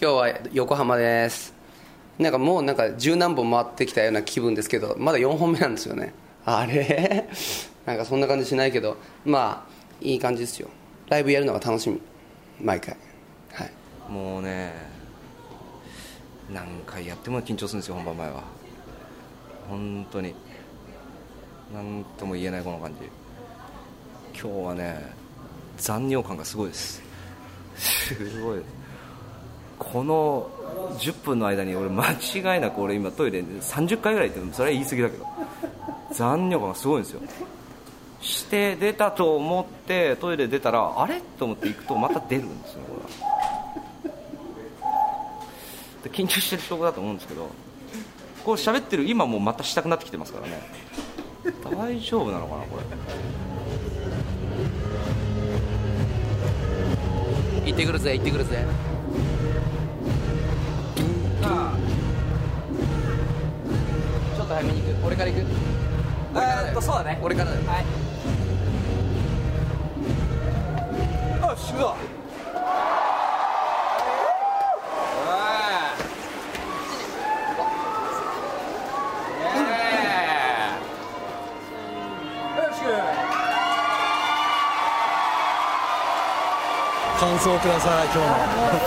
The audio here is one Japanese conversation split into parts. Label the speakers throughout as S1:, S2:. S1: 今日は横浜ですなんかもうなんか十何本回ってきたような気分ですけどまだ4本目なんですよねあれなんかそんな感じしないけどまあいい感じですよライブやるのが楽しみ毎回はい
S2: もうね何回やっても緊張するんですよ本番前は本当に何とも言えないこの感じ今日はね残尿感がすごいですすごいこの10分の間に俺間違いなく俺今トイレで30回ぐらい行ってるそれは言い過ぎだけど残尿感がすごいんですよして出たと思ってトイレ出たらあれと思って行くとまた出るんですよこれはで緊張してる証拠だと思うんですけどこう喋ってる今もうまたしたくなってきてますからね大丈夫なのかなこ
S1: 行ってくるぜ行ってくるぜちょっと早めに行く俺から行く俺からだよそうだね俺からだよ
S2: れあ死ぬだ
S3: 感想をください今日の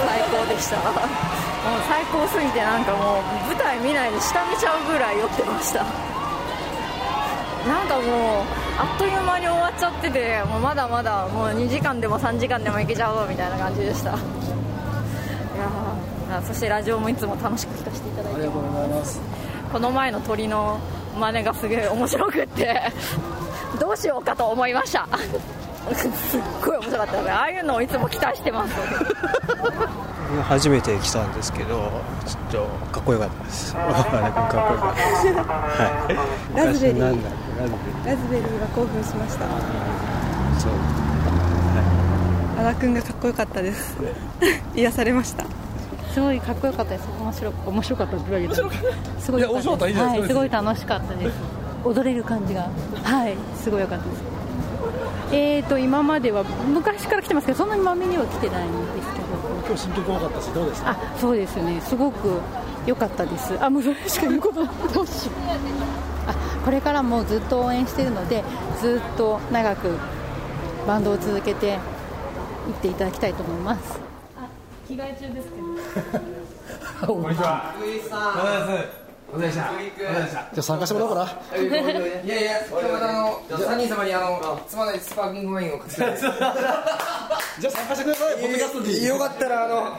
S4: 最高でしたもう最高すぎてなんかもう舞台見ないで下見ちゃうぐらい酔ってましたなんかもうあっという間に終わっちゃっててもうまだまだもう2時間でも3時間でもいけちゃうぞみたいな感じでしたいやーあそしてラジオもいつも楽しく聞かせていただいてこの前の鳥の真似がすごい面白くってどうしようかと思いました すっごい面白かったのでああいうのをいつも期待してます
S3: 初めて来たんですけどちょっとかっこよかったです小原君かっこよかったですはい
S5: ラズベリ
S3: 昔
S5: ー
S3: なんだラズベリー
S5: ラズベリーは興奮しました
S3: そう
S5: 荒くんがかっこよかったです 癒されました
S6: すごいかっこよかったです。面白く面白かったって言われた。すごい良
S3: いや面白かったらいいじゃないそ
S6: は
S3: うです
S6: すごい楽しかったです。踊れる感じが、はい、すごい良かったです。えーと今までは昔から来てますけど、そんなにまめには来てないんですけど。
S3: 今日新曲多かったしどうでした
S6: あ、そうですね。すごく良かったです。あ、もうそれしか言うことないどうしようあ、これからもずっと応援しているので、ずっと長くバンドを続けていっていただきたいと思います。
S3: じゃあ参加してもらおうかない
S7: やいや、今日またあの、3人様にあの、つまないスパーキングワインを買ってきたんです
S3: じゃあ参加してくださいポッドキャストに
S7: よかったらあの、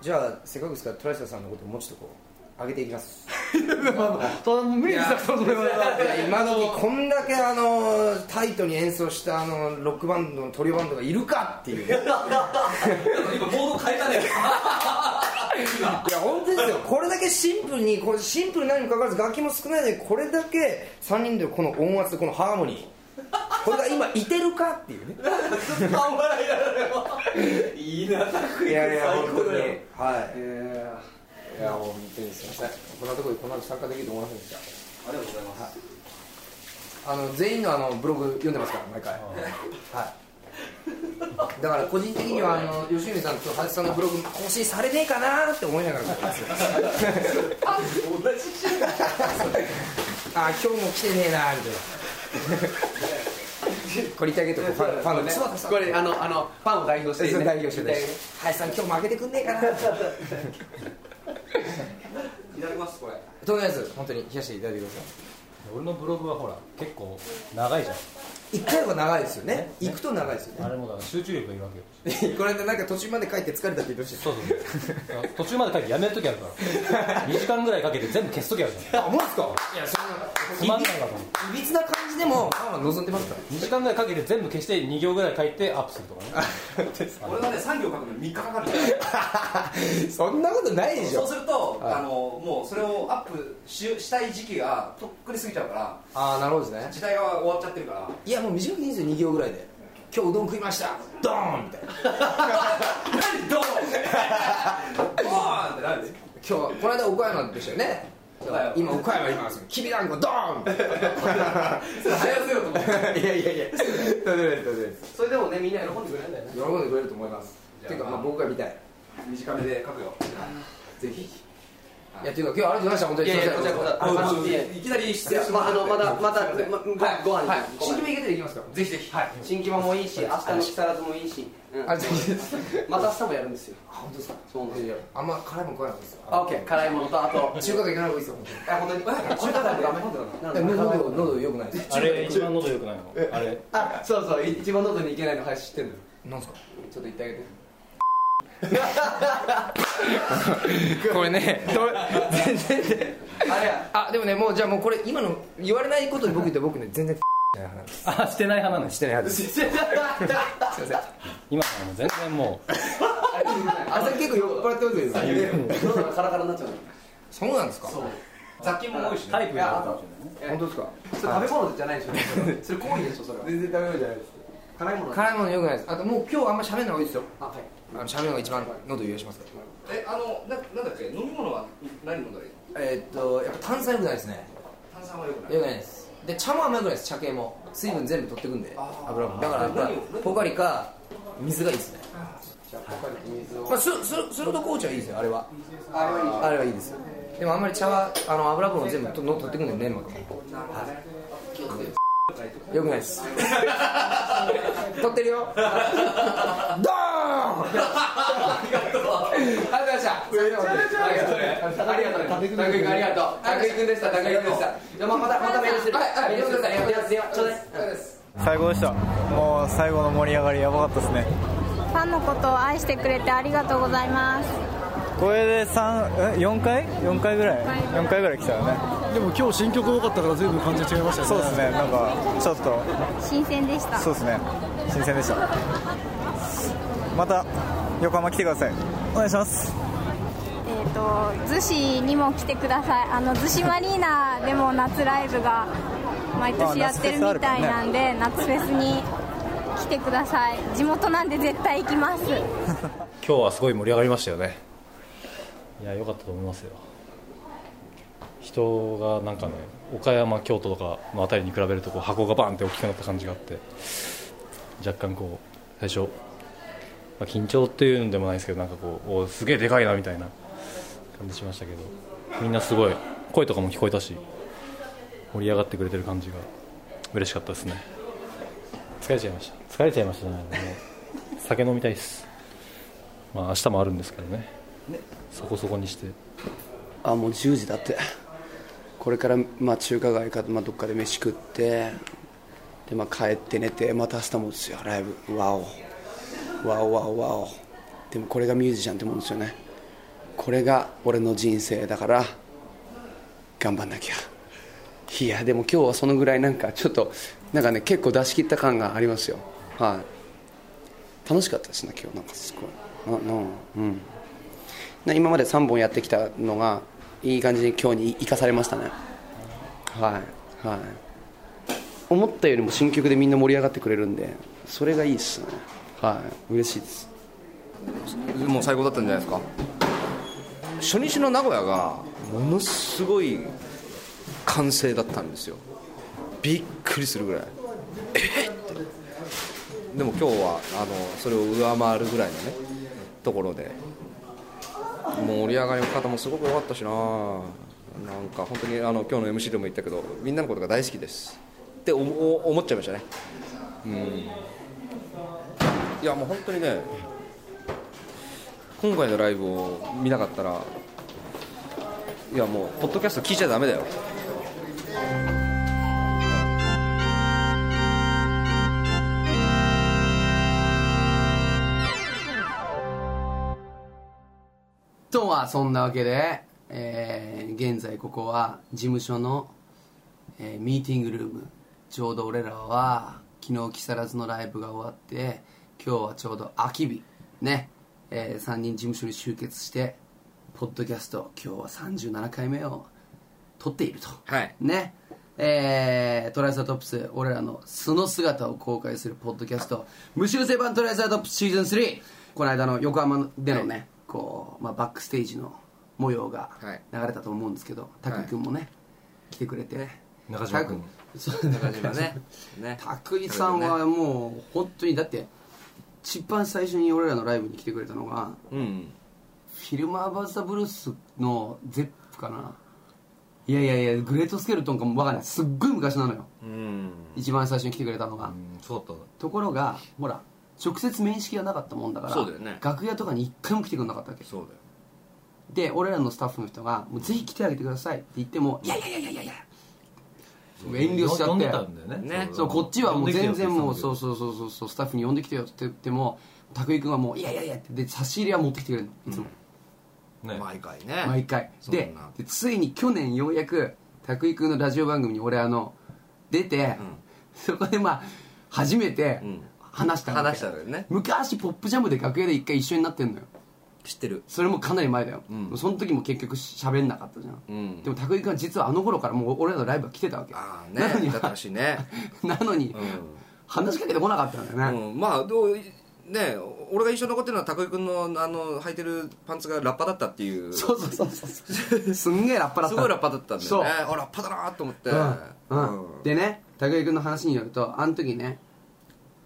S7: じゃあ、せっかくですから、トライサさんのことをもうちょっとこう、上げていきます。
S3: 無理したそれはい
S7: や今時こんだけあのタイトに演奏したあのロックバンドのトリオバンドがいるかっていう今モード変えたねいや本当ですよこれだけシンプルにこれシンプルなにもかかわらず楽器も少ないのにこれだけ3人でこの音圧でこのハーモニーこれが今いてるかっていうねいやいや本当にはいいや本当にすいませんこんなところでこんなの参加できると思いませんでしたあの全員のあのブログ読んでますから毎回はいだから個人的にはあの吉見さんと林さんのブログ更新されねえかなって思いながら書いてますよ あ今日も来てねえなみたいなこれ言ってあげてファンファンのね
S1: これあのあのファンを代表して、
S7: 代表してね林さん今日負けてくんねえかな いただきますこれとりあえず本当に冷やしていただいてください
S8: 俺のブログはほら結構長いじゃん
S7: 一回は長いですよね行くと長いですよね
S8: あれもだから集中力がいるわけよ
S7: これでなんか途中まで書いて疲れたって言ってほしい
S8: そうそう途中まで書いてやめるときあるから2時間ぐらいかけて全部消すときあるじゃん
S7: あ思うんですか
S8: つまんないわと思って
S7: いびつな感じでもファンは望んでますか
S8: 2時間ぐらいかけて全部消して2行ぐらい書いてアップするとかね
S9: 俺はね3行書くのに3日かかるから
S7: そんなことないで
S9: ら
S7: し
S9: そう
S7: ょ
S9: すると、あのもうそれをアップししたい時期がとっくに過ぎちゃうから
S7: ああなるほどですね
S9: 時代が終わっちゃってるから
S7: いやもう短くいいんですよ2行ぐらいで今日うどん食いましたドー ンみたいな
S9: 何どうボーンってなる
S7: 今日この間岡山でしたよね今岡山いますきびだんごドーン
S9: 早すよと思って
S7: いや いやいや食べれる食べれる
S1: それでもねみんな喜んでくれるんだよね
S7: 喜んでくれると思いますていうかまあ僕が見たい
S9: 短めで書くよぜひ
S1: いやっていうか今日はありがとうございました本当に
S9: いやいや
S1: すません
S9: こちらこそ
S1: あの
S9: いやいきなり失礼
S1: まああのまだまだ
S9: すいません
S1: ま
S9: はい
S1: ごご飯に
S9: はい
S1: ご飯
S9: 新規もいけてできますからぜひぜひはい
S1: 新木場もいいし明日の木更津もいいし、うん
S7: あぜひです
S1: また明日もやるんですよ
S7: 本当ですか
S1: そうなんですよ
S7: あんま辛いもん食わない方がいいですよ
S1: あ OK 辛いものとあと
S7: 中華街行かない方がいいですよ本当に
S9: あ本当に中華だとダメなんだよな
S1: なんだ辛
S7: 喉
S1: い
S7: 喉
S1: もの
S7: 喉良くないです
S8: あれ一番喉良くないのあれ
S1: あそうそう一番喉にいけないの林知ってんの
S7: なんです
S1: ち
S7: か
S1: ょっと言ってあげて
S7: これねどれ全然ね
S1: あれや
S7: あでもねもうじゃあもうこれ今の言われないことで僕言って僕ね全然じゃない話です
S8: あしてない派なんです
S7: してない話です
S1: 全然
S7: すいません
S8: 今はもう全然もう
S7: 朝結構酔っ払ってますよ今
S1: 喉がカラカラになっちゃうの
S7: そうなんですか
S9: 雑菌も多いしね
S8: タイプになったかもし
S7: 本当ですか
S1: それ食べ物じゃないでしょそれそれ行為でしょそれは
S9: 全然ダメなんじゃないです
S1: 辛いもの
S7: 辛いもの良くないですあともう今日あんま喋んない方がいいですよ
S1: あはい
S7: あの喋るのが一番喉癒やしますか
S9: えあのななんだっけ飲み物は何飲んだらいいの
S7: らえーっとやっぱ炭酸良くないですね
S9: 炭酸は良くない
S7: 良くないですで茶もあんま良くないです茶系も水分全部取ってくんで油もだからやっ
S9: 何を
S7: ぱポカリか水がいいですね
S1: じゃあポカリと水を
S7: まあスススロート紅茶はいいですよあれは
S1: あれはいいじゃん
S7: あれはいいですよでもあんまり茶はあの油分を全部との取ってくんで粘膜はいよくないです 取ってるよドーンありがとうありがとうございましたそれではありがとうねありがとうね拓井君ありがとう拓井君でした拓井君でしたじゃあまあまたまたメールするはいはいメールくださいやつよちょうだい
S3: 最高でしたもう最後の盛り上がりやばかったですね
S5: ファンのことを愛してくれてありがとうございます
S3: これで3ん4回4回ぐらい4回ぐらい来たよね
S10: でも今日新曲多かったから全部感じ違いましたね
S3: そうですねなんかちょっと
S5: 新鮮でした
S3: そうですね新鮮でしたまた横浜来てくださいお願いします
S5: えっ、と逗子にも来てくださいあの逗子マリーナでも夏ライブが毎年やってるみたいなんで夏フェスに来てください地元なんで絶対行きます
S10: 今日はすごい盛り上がりましたよね
S8: いや良かったと思いますよ人がなんかね岡山京都とかの辺りに比べるとこう箱がバーンって大きくなった感じがあって若干こう最初、まあ、緊張っていうんでもないですけどなんかこうおーすげえでかいなみたいな感じしましたけどみんなすごい声とかも聞こえたし盛り上がってくれてる感じが嬉しかったですね疲れちゃいました疲れちゃいましたねもう酒飲みたいですまあ明日もあるんですけどねそこそこにして
S1: あもう10時だってこれから、まあ、中華街か、まあ、どっかで飯食ってで、まあ、帰って寝てまた明日もですよライブわおわおわおわおでもこれがミュージシャンってもんですよねこれが俺の人生だから頑張んなきゃいやでも今日はそのぐらいなんかちょっとなんかね結構出し切った感がありますよはい楽しかったですね今日なんかすごいななうんな今まで3本やってきたのがいい感じに今日に生かされましたねはいはい思ったよりも新曲でみんな盛り上がってくれるんでそれがいいっすねはい嬉しいです
S2: もう最高だったんじゃないですか初日の名古屋がものすごい歓声だったんですよびっくりするぐらいえっってでも今日はあのそれを上回るぐらいのねところで盛り上がり方もすごく良かったしななんか本当にあの今日の MC でも言ったけどみんなのことが大好きですって思思っちゃいましたねうんいやもう本当にね今回のライブを見なかったらいやもうポッドキャスト聞いちゃダメだよ
S1: とはそんなわけで、えー現在ここは事務所の、えーミーティングルームちょうど俺らは昨日木更津のライブが終わって今日はちょうど秋日ね、え3人事務所に集結してポッドキャスト今日は37回目を撮っていると
S2: はい
S1: ねえー、トライサトップス俺らの素の姿を公開するポッドキャスト「無修正版トライサトップスシーズン3」この間の横浜でのね、こうまあ、バックステージの模様が
S2: はい
S1: 流れたと思うんですけど拓井君もね、来てくれて、
S8: 中島君
S1: 拓そう中島 ね
S2: ね
S1: 拓井さんはもう本当にだって一番最初に俺らのライブに来てくれたのが
S2: うん
S1: 昼間バズ・ザ・ブルースのゼップかないやいやいやグレートスケルトンかもわかんないすっごい昔なのよ
S2: うん
S1: 一番最初に来てくれたのが
S2: そうだっ
S1: ところがほら直接面識がなかったもんだから
S2: そうだよね
S1: 楽屋とかに一回も来てくれなかったわけ
S2: たそうだよ
S1: で俺らのスタッフの人が「もうぜひ来てあげてください」って言っても「いやいやいやいやいやいや遠慮しちゃ
S11: 呼
S1: っ
S11: ん
S1: て
S11: でたんだよね
S2: ね
S1: そうこっちはもう全然もうそううそうそうそうそうスタッフに呼んできてよって言っても拓井君はもう「いやいやいや」ってで差し入れは持ってきてくれるのいつも、
S11: ね
S2: 毎回ね
S1: 毎回
S2: そんな
S1: ででついに去年ようやく拓井君のラジオ番組に俺あの出て、そこでまあ初めて
S2: うん
S1: 話したわけ
S2: 話したのよね
S1: 昔ポップジャムで楽屋で一回一緒になってんのよ
S2: 知ってる
S1: それもかなり前だよ、
S2: うん
S1: その時も結局喋んなかったじゃん、
S2: うん
S1: でも拓井君は実はあの頃からもう俺らのライブは来てたわけ
S2: ああ
S1: なのに
S2: ね新しいね
S1: なのに、話しかけてこなかったんだよね、
S2: うんまあどうね俺が印象に残ってるのは拓井君のあの履いてるパンツがラッパだったっていう
S1: そうそうそう そうすんげえラッパだった
S2: すごいラッパだったんだ
S1: そ
S2: よ
S1: う
S2: ねあラッパだなと思って
S1: うんうんでね拓井君の話によるとあの時ね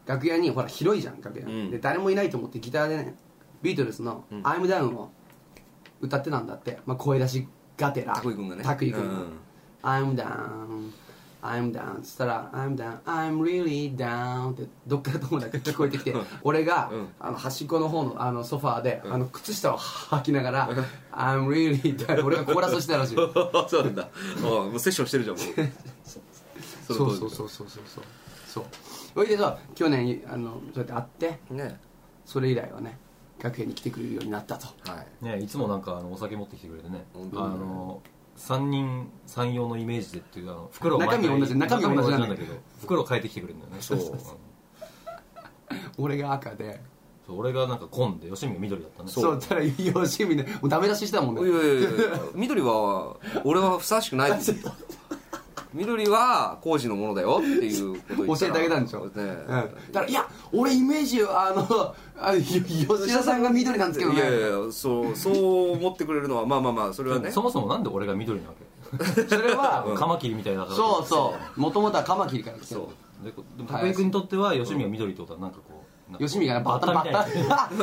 S1: 楽屋にほら広いじゃん楽屋、
S2: うん
S1: で誰もいないと思ってギターでねビートルズの
S2: ん
S1: 「アイムダウンを歌ってたんだって、まあ、声出しがてら
S2: 拓井君がね
S1: 拓井君
S2: うん
S1: I'm down I'm down つったら「I'm down I'm really down」ってどっからともなく聞こえてきて俺が、
S2: うん
S1: あの端っこの方のあのソファーで、あの靴下を履きながら「I'm really down」俺がコーラスをしてたらしい
S2: そうなんだうんもうセッションしてるじゃ んもう
S1: そう
S2: の当時
S1: そうそうそうそうそうそうそれでさ去年あのそうやって会って
S2: ね
S1: それ以来はね学園に来てくれるようになったと
S2: はい
S11: ねいつもなんかあのお酒持ってきてくれてね
S2: 本
S11: あ
S2: 当だね
S11: の三人三用のイメージでっていうあの袋を
S1: 中身
S11: 毎回
S1: 同じ中身同じ
S11: 中身
S1: な
S11: なんん
S1: だ
S11: だ
S1: け
S11: け
S1: ど
S11: ど袋を変えてきてくれるんだよね
S2: そう
S11: うん
S1: 俺が赤で
S11: そう俺がなんか紺で吉見が緑だったね
S1: そうたら吉見ねもうダメ出ししたもんね
S2: いやいやいや緑は俺はふさわしくないです緑は工事のものだよっていうことを言
S1: 教
S2: っ
S1: えてあげたんでしょ、
S2: ね
S1: うん、だからいや俺イメージあのあの吉田さんが緑なんですけど
S2: い
S1: ね
S2: やいやそうそう思ってくれるのはまあまあまあそれはね
S11: そもそもなんで俺が緑なわけ
S1: それ は
S11: カマキリみたいな
S1: そうそうもともとはカマキリから来てる
S11: うでこでも拓井君にとっては吉見が緑ってことはなんかこうなんか
S1: 吉見がねバッタ
S11: バ
S1: バ
S11: ッ
S1: ッ
S11: タ
S1: タ
S11: み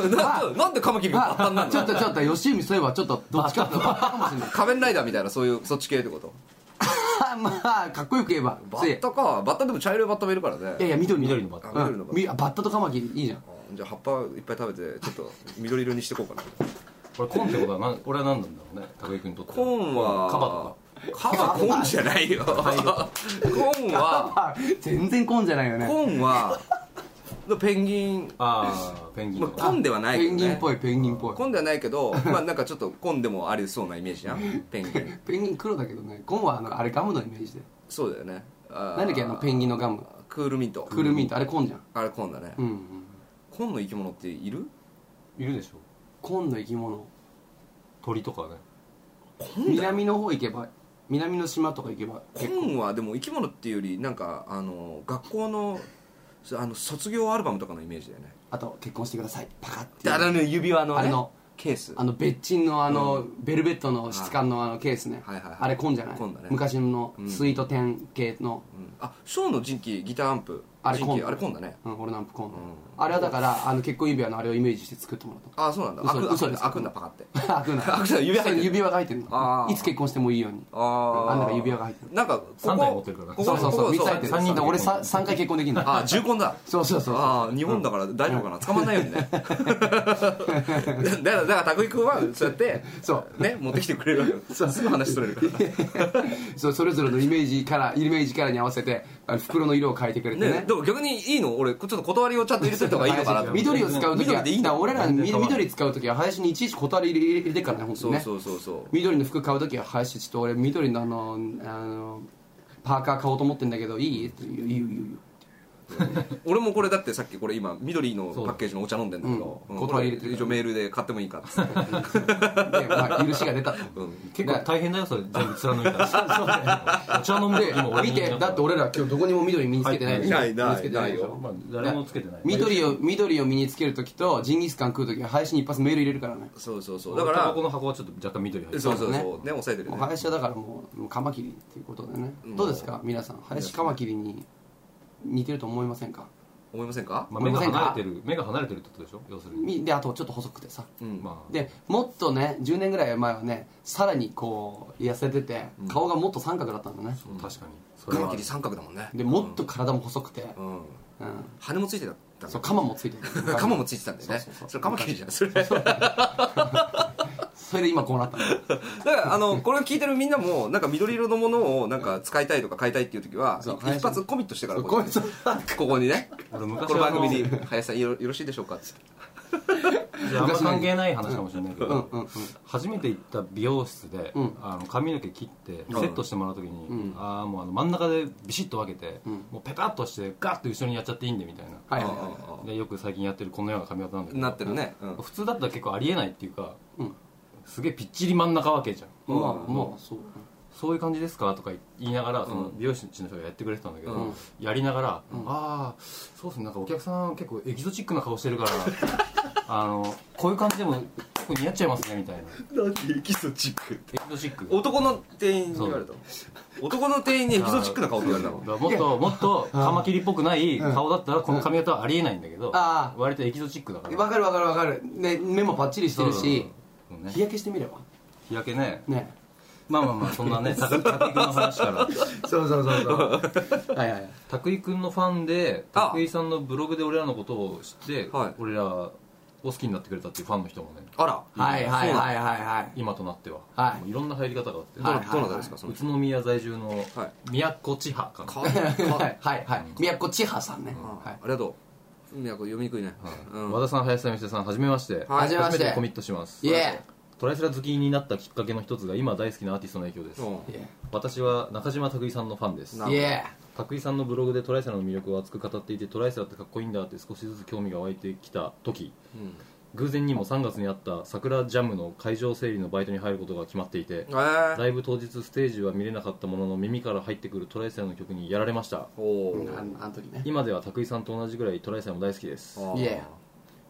S11: たい
S2: な
S11: な
S2: んでなんでカマキリがバッタになる
S1: ちょっ
S2: の
S1: とちょっと吉見そういえばちょっとどっちかってバッタかもしれない
S2: 仮面ライダーみたいなそういうそっち系ってこと
S1: まあかっこよく言えば
S2: バッタかバッタでも茶色いバッタもいるからね
S1: いやいや緑
S11: 緑のバッタ
S1: うん
S2: 緑のバッタ
S1: みあバッタとカマキリいいじゃん
S2: じゃあ葉っぱいっぱい食べてちょっと緑色にしていこうか な
S11: 俺紺ってことはなん俺は何なんだろうね拓井君にとって
S2: コーンは
S11: カバとか
S2: カバコーンじゃないよコーンは
S1: あ全然コンじゃないよね
S2: コー ンはペンギン、
S11: ああペンギン
S2: まあ、
S11: とか
S2: コンではないけ
S1: ペン
S2: ど、ね、
S1: ギンっぽいペンギンっぽい
S2: コンではない けどまあなんかちょっとコンでもありそうなイメージじゃんペンギン
S1: ペンギン黒だけどねゴムはあのあれガムのイメージで
S2: そうだよねあー
S1: 何だっけあのペンギンのガム
S2: クールミント
S1: クールミントあれコンじゃん
S2: あれコーンだね、
S1: うんうん
S2: コーンの生き物っている
S11: いるでしょ
S1: コンの生き物
S11: 鳥とかね
S1: 南の方行けば南の島とか行けば
S2: コーンはでも生き物っていうよりなんかあの学校のそあの卒業アルバムとかのイメージだよね
S1: あと結婚してくださいパカッて
S2: であのね指輪のね
S1: あれの
S2: ケース
S1: あの別鎮のあのベルベットの質感のあのケースね
S2: はいはいはい
S1: あれコンじゃない
S2: コンだね
S1: 昔のスイート10系の
S2: うんあショーの人気ギターアンプ
S1: あれ
S2: 人気
S1: コン
S2: あれコンだね
S1: うん俺のアンプコン
S2: ん
S1: あれはだからあの結婚指輪のあれをイメージして作ってもらった
S2: あそうなんだ
S1: 嘘
S2: 開く
S1: 嘘
S2: 開
S1: です
S2: く開くんだパカって
S1: 開くな
S2: 開くな指輪入ってる
S1: 指輪が入ってる
S2: あ
S1: の
S2: ー
S1: いつ結婚してもいいように
S2: あ
S1: あん中指輪が入ってる
S2: なんかここ
S11: 三台持ってるからね
S2: ここ
S1: そうそう
S2: こ
S1: そう
S2: こ
S1: 3つ入ってる
S11: 三
S1: だ
S11: 人で
S1: から俺 3, 三回結婚できるの
S2: あ重婚だ
S1: そうそうそう
S2: ああ日本だから大丈夫かな、捕まんないようにね だからだから拓井君はそうやって
S1: そ
S2: ね持ってきてくれるわけよすぐ話取れるから
S1: そうそれぞれのイメージからイメージカラーに合わせてあの袋の色を変えてくれてね
S2: ね、でも逆にいいの俺ちょっと断りをちゃんと入れといた方がいいのかなと
S1: 緑を使う時は
S2: 緑でいいんだ
S1: だから俺らみ
S11: 全然変わんない
S1: 緑使う時は林にいちいち断り入れ入れてっからね本当
S2: そ
S1: に
S2: う
S1: ね
S2: そうそうそう
S1: 緑の服買う時は林ちょっと俺緑のあのあのパーカー買おうと思ってんだけどいいって言ういいよいいよいいよ
S2: 俺もこれだってさっきこれ今緑のパッケージのお茶飲んでんだけど、
S1: うん
S2: うん
S1: 断り入れてる
S2: 一応メールで買ってもいいかっつって
S1: で、まあ、許しが出たと、
S11: 結構大変だよそれ全部貫いた らお茶飲んで
S1: で見てだって俺ら今日どこにも緑身につけてないでしょ
S2: はいないな
S1: 身
S2: い
S1: につけてないでしょ
S11: まあ誰もつけてない
S1: 緑を緑を身につけるときとジンギスカン食うときは林に一発メール入れるからね
S2: そうそうそうだ
S11: だ
S2: か
S11: からタバ
S2: ら
S11: コの箱はちょっと若干緑入ってる
S2: そうそうそう
S1: ね
S2: ね抑えてる
S1: もう
S2: ね
S1: 林はだからもうもうカマキリっていうことでね、どうですか皆さん林カマキリに似てると思いませんか
S2: 思いませんか、
S11: まあ、目が離れてる目が離れてるってことでしょ要するに
S1: みであとちょっと細くてさ、
S11: まあ
S1: でもっとね10年ぐらい前はねさらにこう痩せてて顔がもっと三角だったんだね、
S11: 確かに
S1: れは
S2: カマキリ三角だもんね
S1: でもっと体も細くて、
S2: うん、
S1: うん
S2: 羽もついてたんだ
S1: そうカマもついて た
S2: カマもついてたんだよねそれカマキリじゃんそれ
S1: それで今こうなったの
S2: だからあのこれを聞いてるみんなもなんか緑色のものをなんか使いたいとか買いたいっていう時は一発コミットしてからこう ここにねこ
S11: 俺昔
S2: の
S11: はあ
S2: 番
S11: の
S2: 組に「林さんよろよろしいでしょうか」っつって
S11: いやあんま関係ない話かもしれないけど、
S1: うんうんうん
S11: 初めて行った美容室で、
S1: うん
S11: あの髪の毛切ってセ
S2: ん
S11: ットしてもらう時に、
S1: うん
S11: ああもうあの真ん中でビシッと分けて、
S1: うん
S11: もうペタッとしてガッと後ろにやっちゃっていいんでみたいな、
S1: はいはいは
S2: あ
S11: でよく最近やってるこのような髪型なんだ
S2: あ
S11: けど
S2: なってるね、うん
S11: 普通だったら結構ありえないっていうか、
S1: うん
S11: すげえぴっちり真ん中分けじゃん
S1: いまあま
S11: も
S1: あそう
S11: うそういう感じですかとか言いながらその美容師の人がやってくれてたんだけど、やりながら、ああそうですねなんかお客さん結構エキゾチックな顔してるから あのこういう感じでも結構似合っちゃいますねみたいな
S2: 何エキゾチックって
S11: エキゾチック
S2: 男の店員に言われたの男の店員にエキゾチックな顔って言われたの
S11: だからもっともっとカマキリっぽくない顔だったらこの髪型はありえないんだけど、
S1: あ
S11: 割とエキゾチックだか
S1: あ
S11: ら
S1: わかるわかるわかる、ね、目もパッチリしてる
S11: そうそう
S1: し
S11: そうね
S1: 日焼けしてみれば
S11: 日焼けね
S1: ね
S11: まあまあまあそんなねたくたくいくんの話から
S1: そうそうそうそうはいはい
S11: たくいくんのファンで
S2: あ
S11: たくいさんのブログで俺らのことを知って、
S2: はい
S11: 俺らを好きになってくれたっていうファンの人もね
S2: あら
S1: はいはいはいはいはい
S11: 今となっては、
S1: はい
S11: もういろんな入り方があって、
S2: どな
S1: はい
S2: どなたですかその
S11: 宇都宮在住の
S2: はい
S11: 宮古千葉かな、
S2: か
S1: はいはいはい宮古千葉さんね、
S2: あ
S1: はい
S2: ありがとううんいやこれ読みにくいね、うん
S11: 和田さん林さん吉田さんはじめまして
S1: はじめまして
S11: 初めてコミットします
S1: イエ
S11: トライセラ好きになったきっかけの一つが今大好きなアーティストの影響です、
S2: うん
S1: ーイエ
S11: 私は中島拓井さんのファンです
S2: な
S1: ーイエ
S11: 拓井さんのブログでトライセラの魅力を熱く語っていてトライセラってかっこいいんだって少しずつ興味が湧いてきた時
S2: うん
S11: 偶然にも3月にあった桜ジャムの会場整理のバイトに入ることが決まっていて
S2: えー
S11: ライブ当日ステージは見れなかったものの耳から入ってくるトライセラの曲にやられました
S2: お
S1: ーあのあの時ね
S11: 今では拓井さんと同じぐらいトライセラも大好きです
S2: お
S1: いえ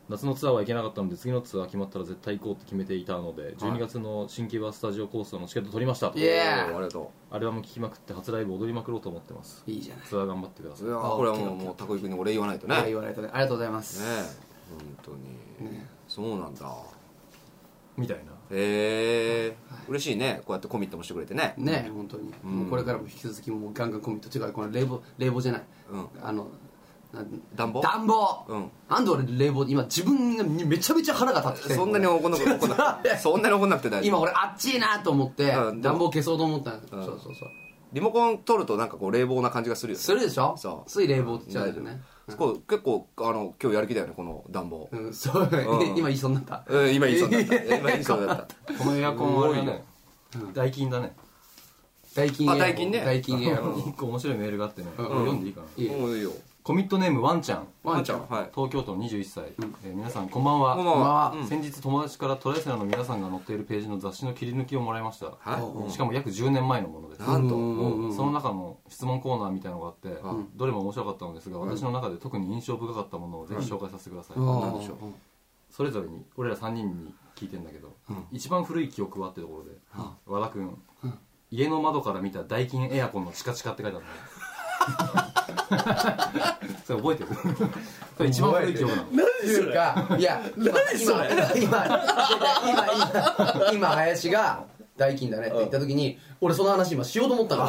S11: 夏のツアーは行けなかったので次のツアー決まったら絶対行こうって決めていたので12月の新木場スタジオコースのチケット取りました
S1: イエ
S2: あり
S1: ー
S2: がと
S11: アルバム聴きまくって初ライブ踊りまくろうと思ってます
S1: いいじゃない
S11: ツアー頑張ってくださ
S2: う
S11: い
S2: いやーこれはもうもうたこいくんにお礼言わないとね
S1: ね、
S2: ね
S1: 言われたねありがとうございます、
S2: 本当にそうなんだ
S11: みたいな
S2: へえ嬉しいねこうやってコミットもしてくれてね
S1: ね本当に、もうこれからも引き続きもうガンガンコミットというかこの冷房冷房じゃない、
S2: うん
S1: あのな
S2: 暖房
S1: 暖房、
S2: うん
S1: なんで俺冷房今自分がめちゃめちゃ腹が立ってきて
S2: そんなに怒んなく怒んなくそんなに怒んなくて大丈
S1: 今
S2: 夫
S1: 俺あっちいなと思って
S2: うん
S1: 暖房消そうと思ったの
S2: ん
S1: そうそうそう
S2: リモコン取るとなんかこう冷房な感じがするよね
S1: するでしょ
S2: そう
S1: つい冷房って言っちゃうよね
S2: こう結構あの今日やる気だよねこの暖房
S1: うんそう
S2: うん
S1: 今言いそうになった
S2: うん今いいそうになった今いいそうになった
S11: このエアコンはあれだねダイキンだね
S1: 大金
S2: あダイキンね
S1: 大金エアコン
S11: 一個面白いメールがあってねこれ読んでいいかない
S1: いよ
S2: もういいよ
S11: コミットネームワンちゃん
S1: ワンちゃん
S2: ワンちゃんはい
S11: 東京都の21歳、えー皆さんこんばんは
S2: こんばんは
S11: 先日友達からトライセラの皆さんが載っているページの雑誌の切り抜きをもらいました
S2: は
S11: しかも約10年前のものです
S2: なんと
S11: その中の質問コーナーみたいなのがあって、どれも面白かったのですが、私の中で特に印象深かったものをぜひ紹介させてください、
S1: なん
S2: でしょう
S11: それぞれに俺ら3人に聞いてんだけど、一番古い記憶はってところで、和田君、ん、家の窓から見たダイキンエアコンのチカチカって書いてあ るのそれ覚えてる それ一番古い記憶な
S1: っ
S11: の
S1: ていうかいや今今今今今今林が大金だねって言った時に俺その話今しようと思ったの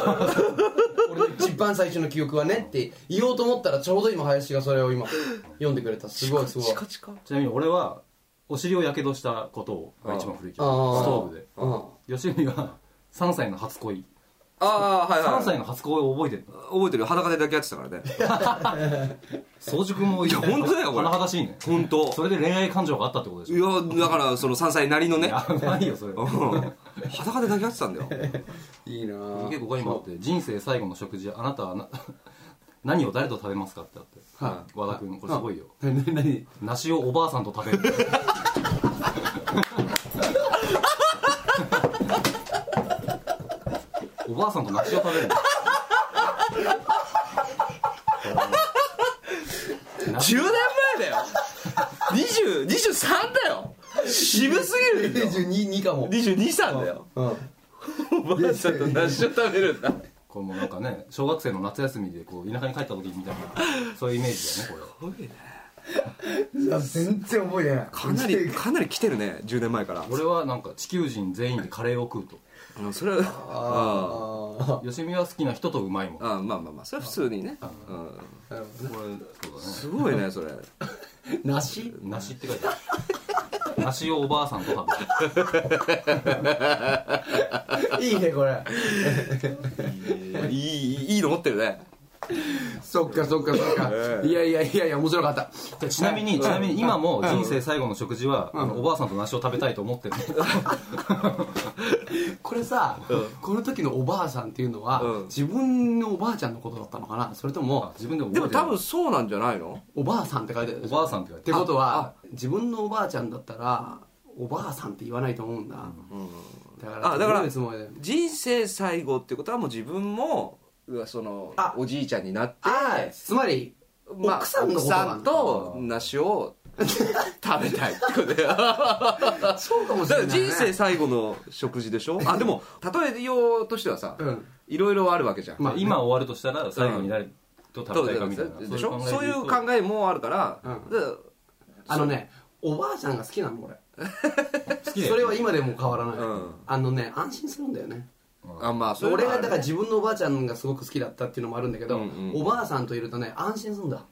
S1: 俺の一番最初の記憶はねって言おうと思ったらちょうど今林がそれを今読んでくれたすごいすごい
S2: チカチカ
S11: ちなみに俺はお尻をやけどしたことをが一番古い記憶
S1: ああ
S11: ストーブで
S1: うん
S11: 吉見は3歳の初恋
S2: ああはいはい
S11: 3歳の初恋を覚えてるの
S2: 覚えてるよ裸で抱き合ってたからね
S11: 早熟もいや
S2: 本当だよこれ
S11: 甚だしいね
S2: 本当
S11: それで恋愛感情があったってことで
S2: い
S11: しょ
S2: やだからその3歳なりのね
S11: やばいよそれ
S2: うん裸で抱き合ってたんだよ
S1: いいなぁ
S11: 結構他にもあって人生最後の食事あなたはな何を誰と食べますかってあって、
S1: は
S11: 和田君これすごいよ
S1: 何何
S11: 梨をおばあさんと食べるおばあさんと梨を食べる
S2: 10年前だよ20 23だよ渋すぎるよ
S1: 22かも
S2: 2223だよ
S1: うん
S2: おばあちゃんと梨を食べるんだ
S11: これもなんかね小学生の夏休みでこう田舎に帰った時みたいなそういうイメージだよねこれ
S1: 全然覚えてない
S2: かなりかなり来てるね10年前から
S11: 俺はなんか地球人全員でカレーを食うと
S2: それは
S11: よしみは好きな人とうまいもん
S2: あまあまあまあそれは普通にねうんすごいねそれ
S11: 梨梨って書いてある梨をおばあさんと食べる
S1: いいねこれ
S2: いいいいの持ってるね
S1: そっかそっかそっかいやいやいやいや面白かった
S11: じゃあちなみに、ちなみに今も人生最後の食事は、あのおばあさんと梨を食べたいと思ってる、
S1: これさ、この時のおばあさんっていうのは、自分のおばあちゃんのことだったのかなそれとも
S11: 自分でも
S2: でも多分そうなんじゃないの
S1: おばあさんって書いてある
S11: おばあさんって書いて
S1: あるってことは自分のおばあちゃんだったらおばあさんって言わないと思うんだ、だから
S2: あだから
S1: すごいね
S2: 人生最後ってことはもう自分もそのおじいちゃんになって
S1: あつまり
S2: まあ、
S1: 奥さんのこと
S2: 奥さんと梨 を食べたいってことだよ
S1: そうかもしれない、ね、
S2: だから人生最後の食事でしょあでも例えようとしてはさ、いろいろあるわけじゃん、
S11: まあ、今終わるとしたら最後に誰と食べたいかみたいな、
S2: でしょそういう考えもあるから、うん、
S1: あのねおばあちゃんが好きな の俺それは今でも変わらない、うん、あのね安心するんだよね
S2: あまあ、
S1: そ俺がだから自分のおばあちゃんがすごく好きだったっていうのもあるんだけど、おばあさんといるとね安心するんだ、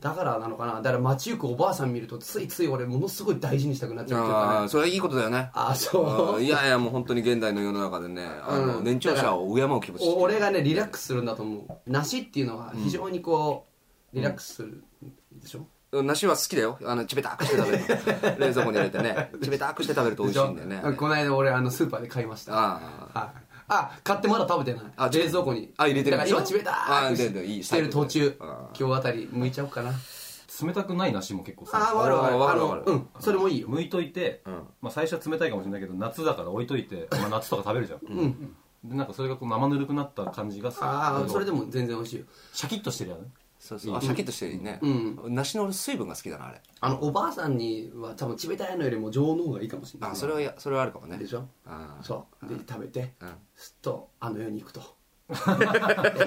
S1: だからなのかなだから街行くおばあさん見るとついつい俺ものすごい大事にしたくなっちゃうっていうか、
S2: ね、それはいいことだよね
S1: あそう
S2: いやいやもう本当に現代の世の中でねあの、年長者を敬う気持ち
S1: 俺がねリラックスするんだと思う梨っていうのは非常にこう、リラックスするでしょ、
S2: 梨は好きだよあのチベタークして食べる 冷蔵庫に入れてねチベタークして食べると美味しいんだよね
S1: この間俺あのスーパーで買いましたあ、はい、あ買ってまだ食べてないあ冷蔵庫に
S2: あ入れてる
S1: だから今チベタークしてる途中今日あたり剥いちゃおうかな
S11: 冷たくない梨も結構
S1: ああるわかるわかるわかるうんそれもいいよ
S11: 剥いといて、まあ、最初は冷たいかもしれないけど夏だから置いといて、まあ、夏とか食べるじゃん、うんでなんかそれがこう生ぬるくなった感じがする
S1: ああそれでも全然美味しいよ
S11: シャキッとしてるやね
S2: そうそうあシャキッとしていいね、うん、梨の水分が好きだなあれ
S1: あのおばあさんには多分チベタンのよりも上の方がいいかもしれない、
S2: あそれはそれはあるかもね
S1: でしょあそうで食べて、すっとあの世に行くと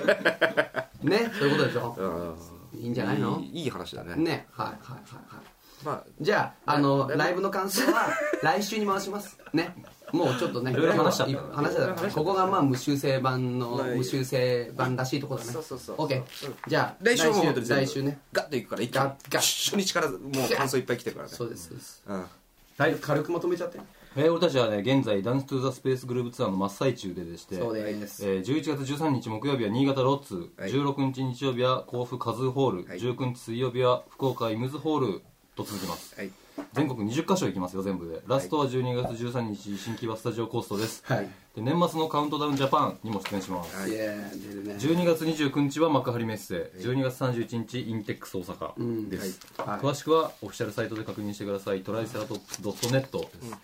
S1: ねそういうことでしょ、ういいんじゃないの
S2: いい話だね
S1: ねはいはいはいはいまあ、じゃああのライブの感想 は来週に回しますねもうちょっとね
S11: いろいろ話しちゃ
S1: ったここがまあ無修正版の無修正版らしいとこだね
S2: そうそうそう
S1: OK じゃあ
S2: 来週も本当に
S1: 来週ね
S2: ガッといくから一回初日からもう感想いっぱい来てるからね
S1: そうですそうですうん軽くまとめちゃって
S11: えー、俺たちはね現在ダンス・トゥ・ザ・スペースグループツアーの真っ最中ででして
S1: そうです、
S11: えー、11月13日木曜日は新潟ロッツ、はい、16日日曜日は甲府カズホール、はい、19日水曜日は福岡イムズホールと続きます、はい、全国20カ所行きますよ全部でラストは12月13日新木場スタジオコーストです、
S1: はい、
S11: で年末のカウントダウンジャパンにも出演します、
S1: はい、12
S11: 月29日は幕張メッセ12月31日インテックス大阪です、うん、はい、詳しくはオフィシャルサイトで確認してくださいトライセラトップス .net です、うん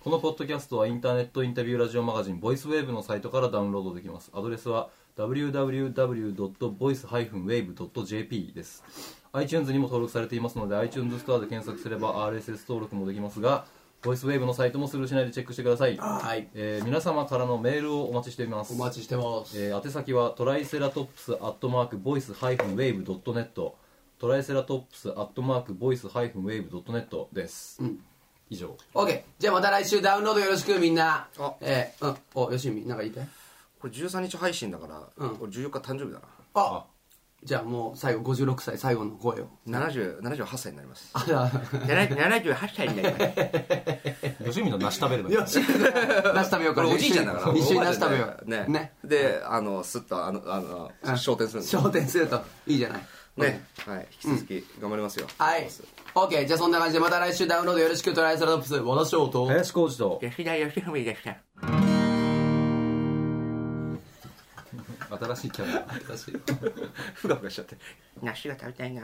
S11: このポッドキャストはインターネットインタビューラジオマガジンボイスウェーブのサイトからダウンロードできますアドレスは www.voice-wave.jp です iTunes にも登録されていますので iTunes ストアで検索すれば RSS 登録もできますがボイスウェーブのサイトもスルーしないでチェックしてください、
S1: はい
S11: えー、皆様からのメールをお待ちしています
S1: お待ちしてます、
S11: えー、宛先はトライセラトップスアットマークボイスハイフンウェーブドットネットトライセラトップスアットマークボイスハイフンウェーブドットネットです、
S1: うん
S11: 以上
S1: OK じゃあまた来週ダウンロードよろしくみんなあえー、うんおよしみなんか言いたい
S2: これ13日配信だから、うん、これ14日誕生日だな
S1: あじゃあもう最後56歳最後の声を
S2: 78歳になります
S1: あ ら78
S2: 歳になります
S11: よしみの梨食べればいい
S1: よしみ梨食べようから
S2: おじいちゃんだから
S1: 一緒に梨食べよう
S2: ねねであのすっとあのあの焦点する
S1: 焦点するといいじゃない
S2: ね、はい、引き続き頑張り ますよ、
S1: はい OK じゃあそんな感じでまた来週ダウンロードよろしくトライサラトップス和田翔と
S11: 林浩二と
S2: 吉田義文でした
S11: 新しいキャラ
S1: 新しい
S2: ふがふがしちゃって梨が食べたいな